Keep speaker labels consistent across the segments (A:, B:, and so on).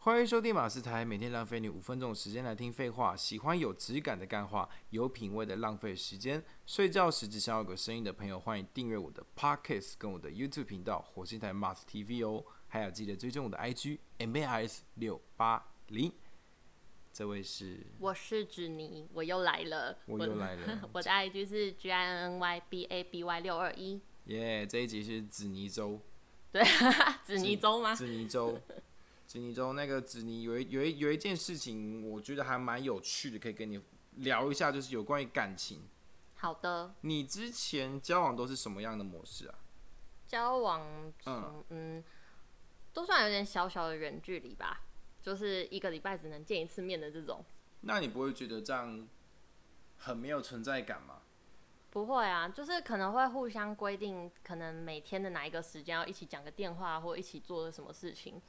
A: 欢迎收听马斯台，每天浪费你五分钟的时间来听废话。喜欢有质感的干话，有品味的浪费时间。睡觉时只想要有个声音的朋友，欢迎订阅我的 Podcast 跟我的 YouTube 频道火星台 Mars TV 哦。还有记得追踪我的 IG MAS 六八零。这位是
B: 我是芷妮，我又来了，
A: 我又来了
B: 我的 IG 是 G I N N Y B A B Y 六二一，
A: 耶这一集是紫泥粥，
B: 对， 紫泥粥吗？
A: 紫泥粥，紫泥粥那个紫泥有一有一有一件事情，我觉得还蛮有趣的，可以跟你聊一下，就是有关于感情。
B: 好的，
A: 你之前交往都是什么样的模式啊？
B: 交往
A: 嗯
B: 嗯嗯，都算有点小小的远距离吧，就是一个礼拜只能见一次面的这种。
A: 那你不会觉得这样很没有存在感吗？
B: 不会啊，就是可能会互相规定，可能每天的哪一个时间要一起讲个电话，或一起做什么事情，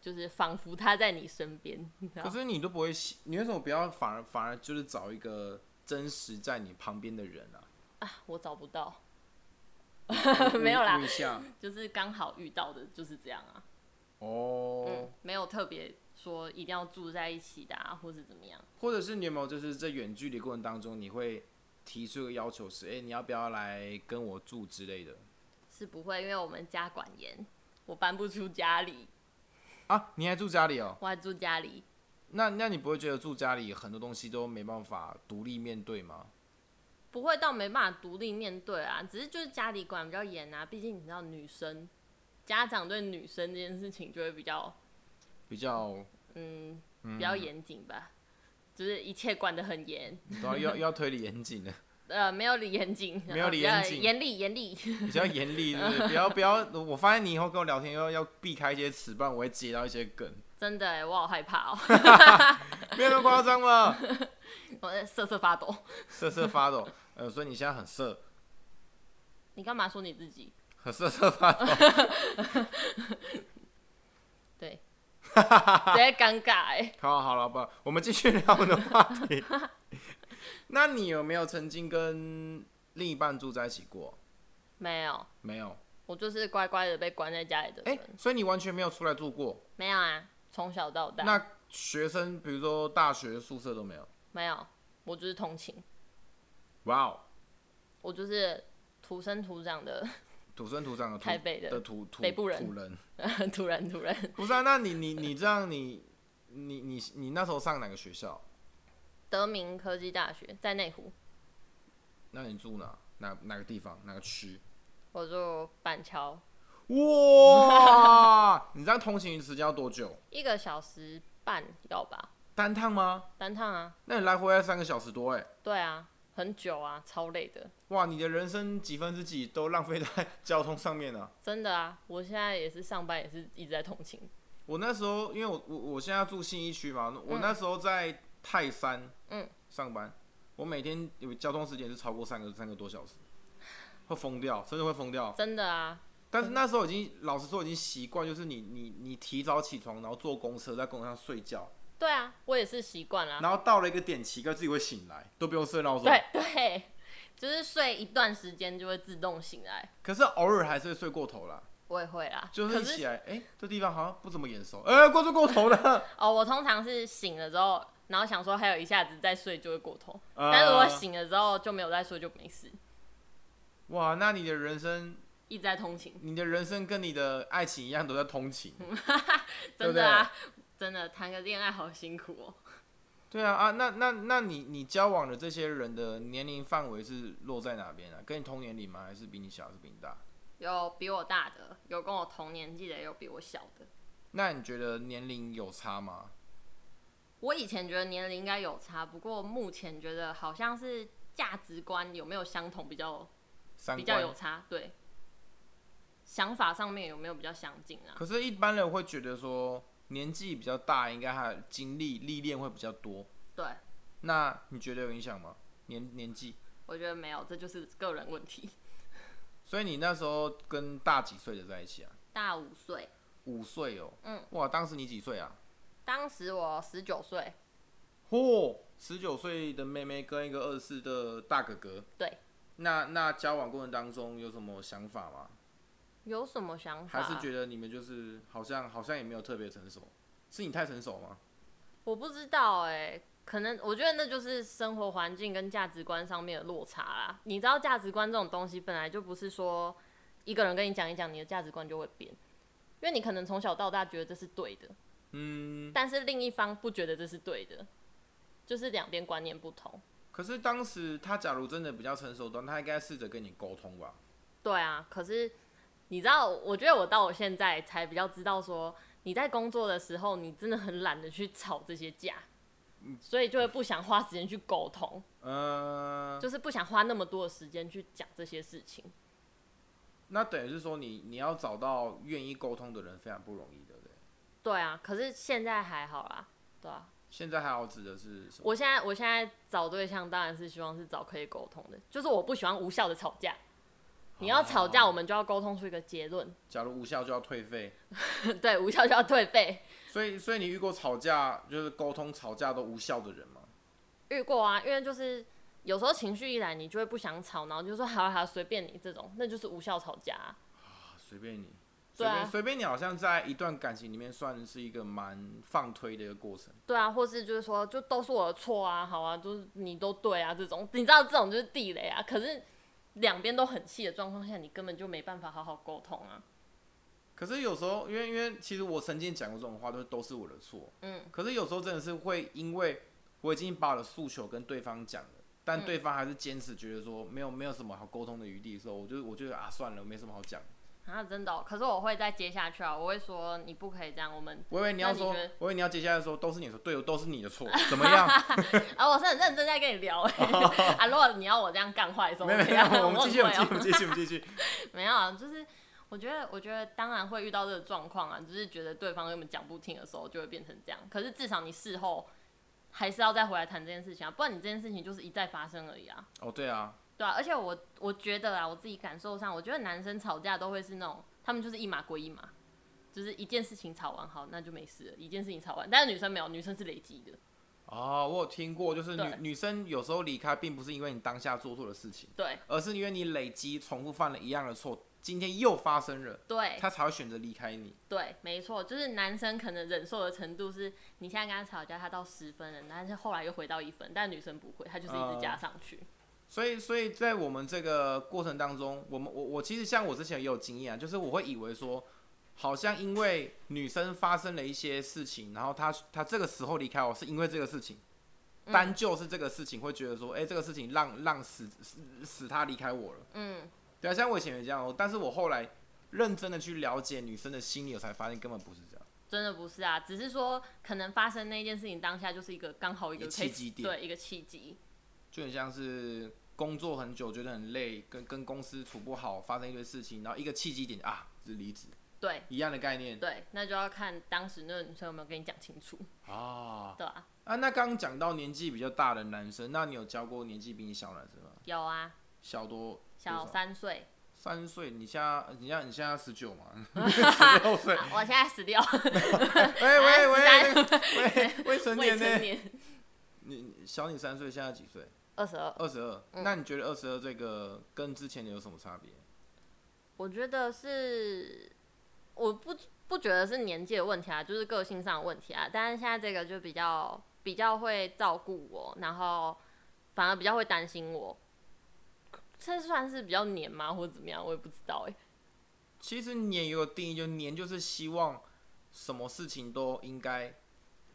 B: 就是仿佛他在你身边，你知道
A: 可
B: 吗？
A: 是你都不会喜，你为什么不要反而反而就是找一个真实在你旁边的人啊？
B: 我找不到， 没有啦
A: 问一下
B: 就是刚好遇到的，就是这样啊。
A: 哦。
B: 嗯，没有特别说一定要住在一起的啊，或是怎么样。
A: 或者是你有没有就是在远距离过程当中，你会提出一个要求是，哎、你要不要来跟我住之类的
B: 是不会，因为我们家管严，我搬不出家里，
A: 啊？你还住家里哦？
B: 我还住家里。
A: 那那你不会觉得住家里很多东西都没办法独立面对吗？
B: 不会到没办法独立面对啊，只是就是家里管比较严啊，毕竟你知道女生，家长对女生这件事情就会比较
A: 比较
B: 嗯比较严谨吧，就是一切管得很严，
A: 然后要要推理严谨的，
B: 呃，没有理严谨，
A: 没有理
B: 呃
A: 严谨
B: 严厉严厉，
A: 比较严厉，对不对？不要不要，我发现你以后跟我聊天要要避开一些词，不然我会接到一些梗，
B: 真的欸，我好害怕哦，
A: 没有那么夸张了，
B: 我在瑟瑟发抖。
A: 瑟瑟发抖。呃，所以你现在很瑟，
B: 你干嘛说你自己？
A: 很瑟瑟发抖。
B: 对，直接尴尬哎、
A: 好，好了，不，我们继续聊我们的话题。 那你有没有曾经跟另一半住在一起过？
B: 没有，
A: 没有。
B: 我就是乖乖的被关在家里的
A: 哎、
B: 人。
A: 所以你完全没有出来住过。
B: 没有啊，从小到大
A: 那学生，比如说大学宿舍都没有。
B: 没有，我就是同情，
A: 哇哦，
B: 我就是土生土长的
A: 土生土长的土
B: 台北的
A: 的土土
B: 北部人
A: 土人。
B: 土人土人
A: 不是啊，那你你你这样你你你你那时候上哪个学校？
B: 德明科技大学在内湖，
A: 那你住哪？哪哪个地方？哪个区？
B: 我就板桥
A: 哇！ 你这样通勤时间要多久？
B: 一个小时半要吧，
A: 单趟吗？
B: 单趟啊，
A: 那你来回要三个小时多哎！
B: 对啊，很久啊，超累的，
A: 哇，你的人生几分之几都浪费在 交通上面了、
B: 真的啊，我现在也是上班也是一直在同情，
A: 我那时候，因为我我我现在住信义区嘛，我那时候在泰山
B: 嗯
A: 上班，我每天有交通时间是超过三个三个多小时，会疯掉，甚至会疯掉。
B: 真的啊，
A: 但是那时候已经，老实说已经习惯，就是你你你提早起床，然后坐公车，在公车上睡觉，
B: 对啊，我也是习惯啦，
A: 然后到了一个点，奇怪自己会醒来，都不用设闹钟。
B: 对 对，就是睡一段时间就会自动醒来。
A: 可是偶尔还是会睡过头啦，
B: 我也会啦，
A: 就是
B: 可
A: 一起
B: 是
A: 来，哎、这地方好像不怎么眼熟， 哎、过睡过头 了。
B: 哦，我通常是醒了之后，然后想说还有一下子再睡就会过头，
A: 呃
B: 但如果醒了之后就没有再睡就没事，
A: 哇，那你的人生，
B: 一直在通勤，
A: 你的人生跟你的爱情一样，都在通 勤。对不
B: 真
A: 对
B: 的啊， 真的谈个恋爱好辛苦哦。
A: 对啊啊，那那那你你交往的这些人的年龄范围是落在哪边啊？跟你同年龄吗？还是比你小，还是比你大？
B: 有比我大的，有跟我同年纪的，也有比我小的。
A: 那你觉得年龄有差吗？
B: 我以前觉得年龄应该有差，不过目前觉得好像是价值观有没有相同比较
A: 三
B: 比较
A: 观
B: 有差，对，想法上面有没有比较相近啊？
A: 可是，一般人会觉得说年纪比较大，应该他的经历历练会比较多。
B: 对，
A: 那你觉得有影响吗？年年纪？
B: 我觉得没有，这就是个人问题。
A: 所以你那时候跟大几岁的在一起啊？
B: 大五岁，
A: 五岁哦。
B: 嗯。
A: 哇，当时你几岁啊？
B: 当时我十九岁，
A: 嚯、十九岁的妹妹跟一个二十四的大哥哥。
B: 对。
A: 那那交往过程当中有什么想法吗？
B: 有什么想法？
A: 还是觉得你们就是好像好像也没有特别成熟？是你太成熟吗？
B: 我不知道哎、可能我觉得那就是生活环境跟价值观上面的落差啦。你知道价值观这种东西本来就不是说一个人跟你讲一讲，你的价值观就会变，因为你可能从小到大觉得这是对的，
A: 嗯，
B: 但是另一方不觉得这是对的，就是两边观念不同。
A: 可是当时他假如真的比较成熟的话，他应该试着跟你沟通吧。
B: 对啊，可是你知道，我觉得我到我现在才比较知道说，你在工作的时候，你真的很懒得去吵这些架，所以就会不想花时间去沟通，
A: 嗯，
B: 就是不想花那么多的时间去讲这些事情。
A: 那等于是说你你要找到愿意沟通的人非常不容易，对不对？
B: 对啊，可是现在还好啦，对啊。
A: 现在还好指的是什么？
B: 我现在我现在找对象当然是希望是找可以沟通的，就是我不喜欢无效的吵架。你要吵架，
A: 哦
B: 我们就要沟通出一个结论，
A: 假如无效就要退费，
B: 对，无效就要退费。
A: 所以所以你遇过吵架就是沟通吵架都无效的人吗？
B: 遇过啊，因为就是有时候情绪一来，你就会不想吵，然后就说好啊好啊随便你这种，那就是无效吵架、啊。
A: 啊随便你，随
B: 对啊
A: 便随便你，好像在一段感情里面算是一个蛮放推的一个过程。
B: 对啊，或是就是说，就都是我的错啊，好啊，就是你都对啊，这种你知道这种就是地雷啊。可是两边都很气的状况下，你根本就没办法好好沟通啊。
A: 可是有时候，因为因为其实我曾经讲过这种话，都都是我的错。
B: 嗯，
A: 可是有时候真的是会因为我已经把我的诉求跟对方讲了，但
B: 嗯
A: 对方还是坚持觉得说没有没有什么好沟通的余地的时候，我就我就觉得啊算了，没什么好讲。
B: 啊，真的哦、可是我会再接下去啊，我会说你不可以这样，我们，
A: 我以为你要
B: 那你
A: 说
B: 觉得，
A: 我以为你要接下来说都是你的错，对，都是你的 错，怎么样？
B: 啊，我是很认真在跟你 聊、欸，啊，如果你要我这样干坏的时候，
A: 没有
B: 不
A: 没
B: 要
A: 有，我们
B: 我
A: 继续，我
B: 很
A: 们
B: 会
A: 继
B: 哦
A: 续，我们继续，我们继续。
B: 没有啊，就是我觉得，我觉得当然会遇到这个状况啊，就是觉得对方根本讲不听的时候，就会变成这样。可是至少你事后还是要再回来谈这件事情啊，不然你这件事情就是一再发生而已啊，
A: 哦，对 啊，
B: 对啊。而且我我觉得啊，我自己感受上，我觉得男生吵架都会是那种，他们就是一码归一码，就是一件事情吵完好，那就没事了，一件事情吵完。但是女生没有，女生是累积的，
A: 哦，我有听过，就是女
B: 对
A: 女生有时候离开，并不是因为你当下做错的事情，
B: 对
A: 而是因为你累积重复犯了一样的错，今天又发生了，
B: 对。
A: 她才会选择离开你。
B: 对，没错，就是男生可能忍受的程度是，你现在跟他吵架，他到十分了，但是后来又回到一分，但女生不会，她就是一
A: 嗯
B: 直加上去。
A: 所以，所以在我们这个过程当中，我们我我其实像我之前也有经验啊，就是我会以为说，好像因为女生发生了一些事情，然后她她这个时候离开我是因为这个事情，
B: 嗯
A: 单就是这个事情会觉得说，哎、这个事情让让使使使她离开我了。
B: 嗯，
A: 对啊，像我以前也这样哦，但是我后来认真的去了解女生的心理，我才发现根本不是这样。
B: 真的不是啊，只是说可能发生那件事情当下就是一个刚好一
A: 一
B: 个
A: 个
B: 可以
A: 契机点
B: 对一个契机。
A: 就很像是工作很久觉得很累，跟跟公司处不好，发生一堆事情，然后一个契机点啊，就是离职
B: 对
A: 一样的概念
B: 对，那就要看当时那个女生有没有跟你讲清楚，
A: 啊
B: 对啊，
A: 啊！那刚刚讲到年纪比较大的男生，那你有教过年纪比你小的男生吗？
B: 有啊，
A: 小多
B: 小
A: 多少
B: 三岁，
A: 三岁，你现在你现在你现在十九嘛，十六 岁，
B: 啊我现在十六，
A: 喂喂喂
B: 13
A: 喂喂，未成
B: 未
A: 年
B: 成
A: 呢？
B: 年，
A: 你你小你三岁，现在几岁？
B: 二十二。
A: 二十二。那你觉得二十二这个跟之前的有什么差别？
B: 我觉得是，我不不觉得是年纪的问题啊，就是个性上的问题啊。但是现在这个就比较比较会照顾我，然后反而比较会担心我。这算是比较黏吗，或者怎么样？我也不知道哎、
A: 其实年有个定义，就年就是希望什么事情都应该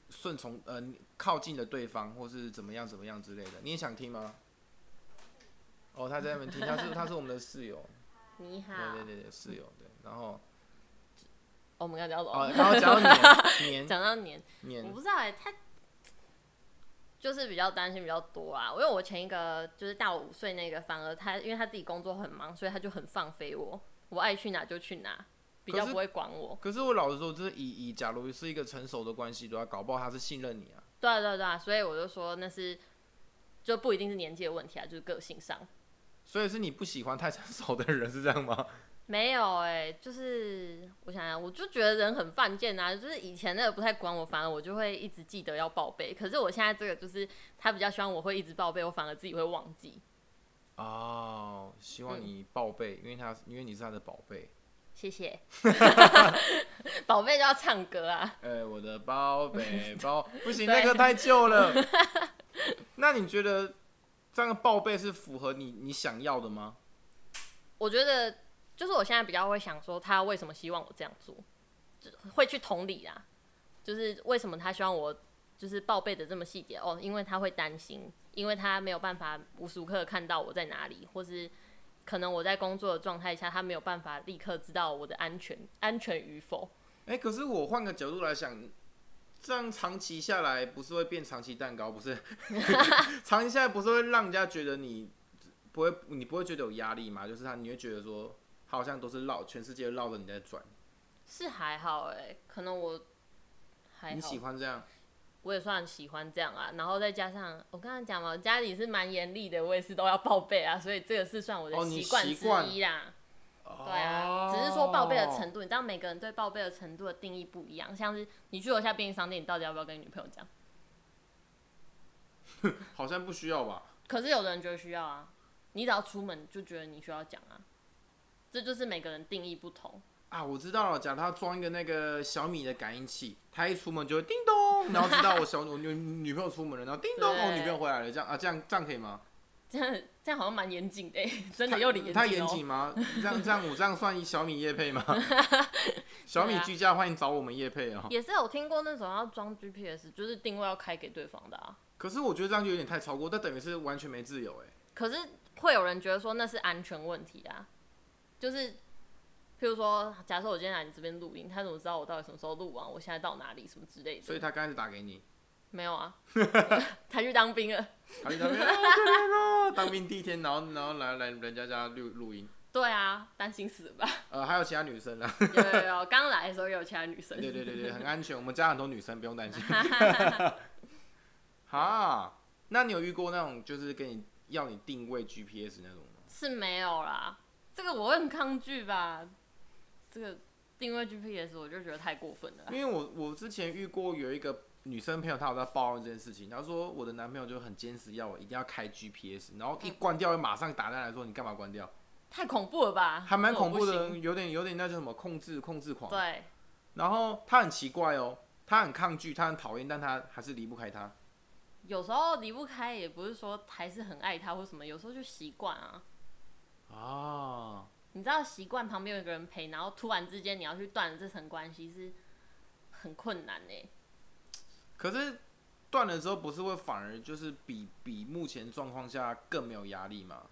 A: 顺从，呃，靠近的对方，或是怎么样怎么样之类的。你也想听吗？哦，他在那边听，他是他是我们的室友，
B: 你好，
A: 对对对对，室友对。然后
B: 哦我们刚刚聊
A: 啊、
B: 到
A: 然后讲到年
B: 讲到黏，
A: 年
B: 我
A: 年，
B: 不知道哎、他就是比较担心比较多啊。因为我前一个就是大我五岁那个，反而他因为他自己工作很忙，所以他就很放飞我，我爱去哪就去哪，比
A: 可
B: 较
A: 是
B: 不会管我。
A: 可是我老实说，就是以以假如是一个成熟的关系的话，搞不好他是信任你啊。
B: 对啊对啊对啊，所以我就说那是就不一定是年纪的问题啊，就是个性上。
A: 所以是你不喜欢太成熟的人，是这样吗？
B: 没有哎、就是我想想，我就觉得人很犯贱啊。就是以前那个不太管我，反而我就会一直记得要报备。可是我现在这个就是他比较希望我会一直报备，我反而自己会忘记。
A: 哦，希望
B: 嗯
A: 你报备，因为他因为你是他的宝贝。
B: 谢谢， 宝贝就要唱歌啊。
A: 呃、我的 宝贝包不行，那个太旧了。那你觉得这样的报备是符合你你想要的吗？
B: 我觉得就是我现在比较会想说，他为什么希望我这样做，就会去同理啊，就是为什么他希望我就是报备的这么细节哦，因为他会担心，因为他没有办法无时无刻看到我在哪里，或是可能我在工作的状态下，他没有办法立刻知道我的安全安全与否。
A: 哎、可是我换个角度来想，这样长期下来不是会变长期蛋糕？不 是，长期下来不是会让人家觉得你不会，你不会觉得有压力吗？就是他，你会觉得说，他好像都是绕全世界绕着你在转。
B: 是还好哎、可能我还好
A: 你喜欢这样？
B: 我也算喜欢这样啊。然后再加上我刚刚讲嘛，我家里是蛮严厉的，我也是都要报备啊，所以这个是算我的
A: 哦你
B: 习惯
A: 习
B: 之
A: 惯
B: 一啦。
A: 对
B: 对啊，只是说报备的
A: 哦
B: 程度，你知道每个人对报备的程度的定义不一样。像是你去楼下便利商店，你到底要不要跟你女朋友讲？
A: 好像不需要吧？
B: 可是有的人觉得需要啊，你只要出门就觉得你需要讲啊，这就是每个人定义不同。
A: 啊，我知道了，假如他装一个那个小米的感应器，他一出门就会叮咚，然后知道我小 我女女朋友出门了，然后叮咚，
B: 对
A: 哦，女朋友回来了，这样啊，这样这样可以吗？
B: 这样这样好像蛮严谨的欸，真的
A: 太
B: 又理
A: 太
B: 严
A: 严
B: 谨哦。
A: 谨吗？这样这样我这样算小米夜配吗？ 小
B: 啊
A: 米居家欢迎找我们夜配哦。
B: 也是有听过那种要装 GPS，就是定位要开给对方的啊。
A: 可是我觉得这样就有点太超过，这等于是完全没自由哎。
B: 可是会有人觉得说那是安全问题啊，就是譬如说，假设我今天来你这边录音，他怎么知道我到底什么时候录完，我现在到哪里什么之类的？
A: 所以他刚开始打给你，
B: 没 有啊，他去当兵了。
A: 他就在那边啊可怜哦当兵第一天，然后然后来来人家家录录音，
B: 对啊，担心死了吧？
A: 呃，还有其他女生啦，
B: 有有有，刚来的时候也有其他女生。
A: 对对对对，很安全，我们家很多女生不用担心。哈，那你有遇过那种就是跟你要你定位 GPS 那种吗？
B: 是没有啦，这个我会很抗拒吧？这个定位 GPS 我就觉得太过分了啦。
A: 因为我我之前遇过有一个女生朋友，她有在抱怨这件事情，她说我的男朋友就很坚持要我一定要开 GPS，然后一关掉，马上打电话来说你干嘛关掉，
B: 太恐怖了吧？
A: 还蛮恐怖
B: 这我
A: 的
B: 不，行
A: 有点有点那叫什么控制控制狂。
B: 对，
A: 然后她很奇怪哦，她很抗拒，她很讨厌，但她还是离不开他。
B: 有时候离不开，也不是说还是很爱他或什么，有时候就习惯啊。
A: 啊，
B: 你知道习惯旁边有一个人陪，然后突然之间你要去断了这层关系是很困难呢、欸
A: 可是断了之后，不是会反而就是比比目前状况下更没有压力吗？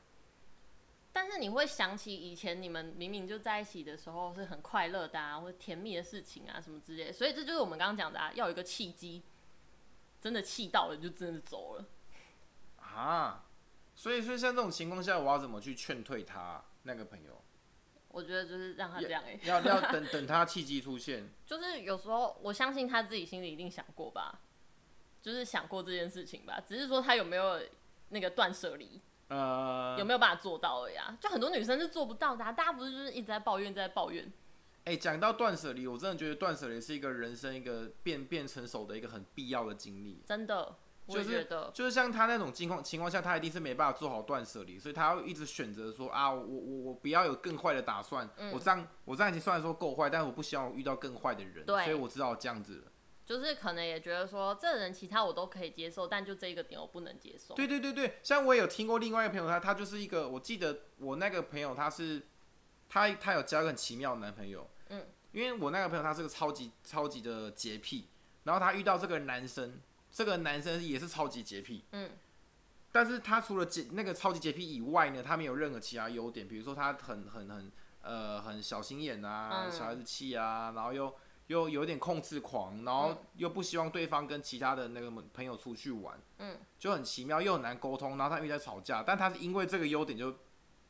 B: 但是你会想起以前你们明明就在一起的时候是很快乐的啊，或者甜蜜的事情啊什么之类的，所以这就是我们刚刚讲的啊，要有一个契机，真的气到了就真的走了。
A: 啊，所以所以像这种情况下，我要怎么去劝退他那个朋友？
B: 我觉得就是让他这样哎、
A: 要要等 等他契机出现，
B: 就是有时候我相信他自己心里一定想过吧，就是想过这件事情吧，只是说他有没有那个断舍离，
A: 呃，
B: 有没有办法做到而已啊。就很多女生是做不到的、啊，大家不是就是一直在抱怨，一直在抱怨。
A: 哎、讲到断舍离，我真的觉得断舍离是一个人生一个变变成熟的一个很必要的经历。
B: 真的，我也
A: 就是
B: 觉得，
A: 就是像他那种情况情况下，他一定是没办法做好断舍离，所以他会一直选择说啊，我我我不要有更坏的打算。
B: 嗯
A: 我这样我这样已经虽然说够坏，但我不希望我遇到更坏的人，
B: 对
A: 所以我知道这样子了。
B: 就是可能也觉得说，这人其他我都可以接受，但就这一个点我不能接受。
A: 对对对对，像我也有听过另外一个朋友，他他就是一个，我记得我那个朋友他是，他他有交一个很奇妙的男朋友，
B: 嗯，
A: 因为我那个朋友他是个超级超级的洁癖，然后他遇到这个男生，这个男生也是超级洁癖，
B: 嗯，
A: 但是他除了洁那个超级洁癖以外呢，他没有任何其他优点，比如说他很很很呃很小心眼啊，
B: 嗯
A: 小孩子气啊，然后又又有点控制狂，然后又不希望对方跟其他的那个朋友出去玩。
B: 嗯
A: 就很奇妙，又很难沟通，然后他们一直在吵架，但他是因为这个优点就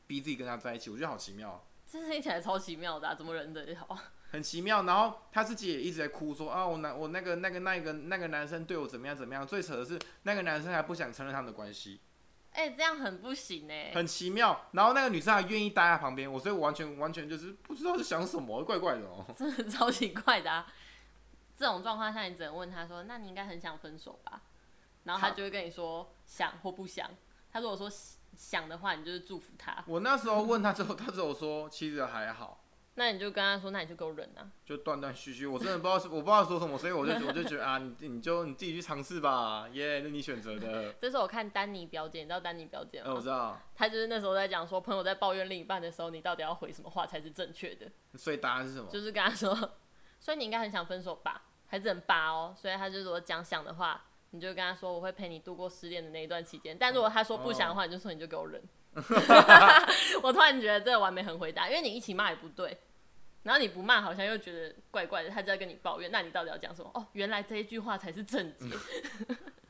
A: 逼自己跟他在一起，我觉得好奇妙，哦
B: 这听起来超奇妙的、啊，怎么人的 好？
A: 很奇妙。然后他自己也一直在哭说啊，我男我那个那个那个那个男生对我怎么样怎么样。最扯的是那个男生还不想承认他们的关系，
B: 哎、这样很不行哎、
A: 很奇妙。然后那个女生还愿意待在旁边，我所以我完全完全就是不知道是想什么，怪怪的 哦。
B: 真的超奇怪的、啊。这种状况下，你只能问他说：“那你应该很想分手吧？”然后他
A: 好
B: 就会跟你说想或不想。他如果说想的话，你就是祝福他。
A: 我那时候问他之后，他只有说其实还好。
B: 那你就跟他说，那你就给我忍啊。
A: 就断断续续，我真的不知道是我不知道说什么，所以我就我就觉得啊，你你就你自己去尝试吧，耶、那你选择 的。
B: 这是我看丹尼表姐，你知道丹尼表姐
A: 嗯，我
B: 吗？
A: 知道，
B: 她就是那时候在讲说，朋友在抱怨另一半的时候，你到底要回什么话才是正确的？
A: 所以答案是什么？
B: 就是跟他说，所以你应该很想分手吧，还是很拔哦。所以他就如果讲想的话，你就跟他说我会陪你度过失恋的那一段期间。但如果他说不想的话，你就说你就给 我忍。我突然觉得这个完美很回答，因为你一起骂也不对，然后你不骂好像又觉得怪怪的，他就在跟你抱怨，那你到底要讲什么？哦，原来这一句话才是正解，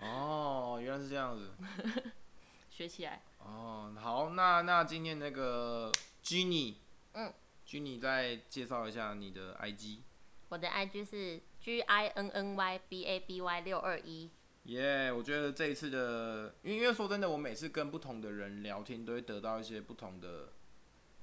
A: 哦，原来是这样子。
B: 学起来。
A: 哦，好，那那今天那个 Jenny，
B: 嗯
A: ，Jenny 再介绍一下你的 IG，
B: 我的 IG 是 G I N N Y B A B Y 六二一，
A: 耶我觉得这一次的，因为因为说真的，我每次跟不同的人聊天，都会得到一些不同的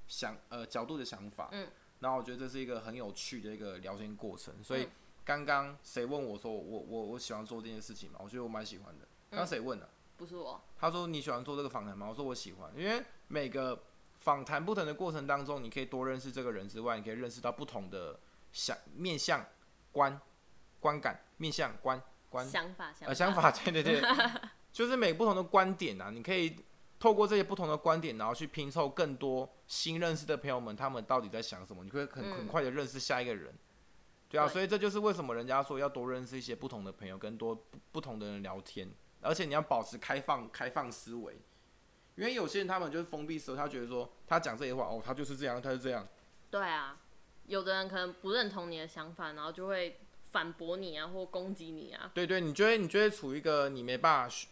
A: 想呃角度的想法，
B: 嗯，
A: 然后我觉得这是一个很有趣的一个聊天过程，所以
B: 嗯
A: 刚刚谁问我说我我我喜欢做这件事情嘛，我觉得我蛮喜欢的，
B: 嗯
A: 刚刚谁问啊的、
B: 不是我，
A: 他说你喜欢做这个访谈吗？我说我喜欢，因为每个访谈不同的过程当中，你可以多认识这个人之外，你可以认识到不同的想面向观观感面向观观
B: 想法想法，
A: 呃想法，对对 对，就是每个不同的观点啊，你可以透过这些不同的观点，然后去拼凑更多新认识的朋友们他们到底在想什么，你会很
B: 嗯
A: 很快的认识下一个人。对啊，
B: 对
A: 所以这就是为什么人家说要多认识一些不同的朋友，跟多不不同的人聊天，而且你要保持开放开放思维，因为有些人他们就是封闭思维，他觉得说他讲这些话哦，他就是这样，他是这样，
B: 对啊，有的人可能不认同你的想法，然后就会反驳你啊，或攻击你啊。
A: 对对，你就会你就会处于一个你没办法学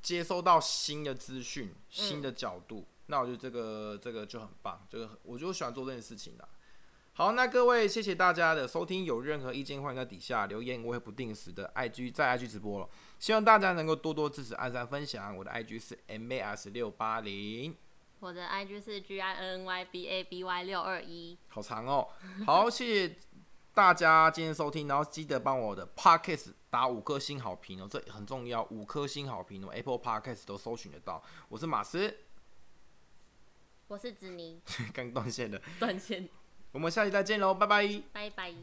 A: 接收到新的资讯、新的角度。那我觉得这个这个就很棒，这个很我就喜欢做这件事情啦。好，那各位谢谢大家的收听，有任何意见欢迎在底下留言，我会不定时的 IG 在 IG 直播了。希望大家能够多多支持，按赞分享。我的 IG 是 MAS 六八零，
B: 我的 IG 是 G I N N Y B A B Y 六二一，
A: 好长哦。好，谢谢大家今天收听，然后记得帮我的 podcast 打五颗星好评哦，这很重要，五颗星好评哦，Apple Podcast 都搜寻得到。我是马斯，
B: 我是子妮，
A: 刚断线了，
B: 断线，
A: 我们下期再见喽，拜拜。
B: 拜拜。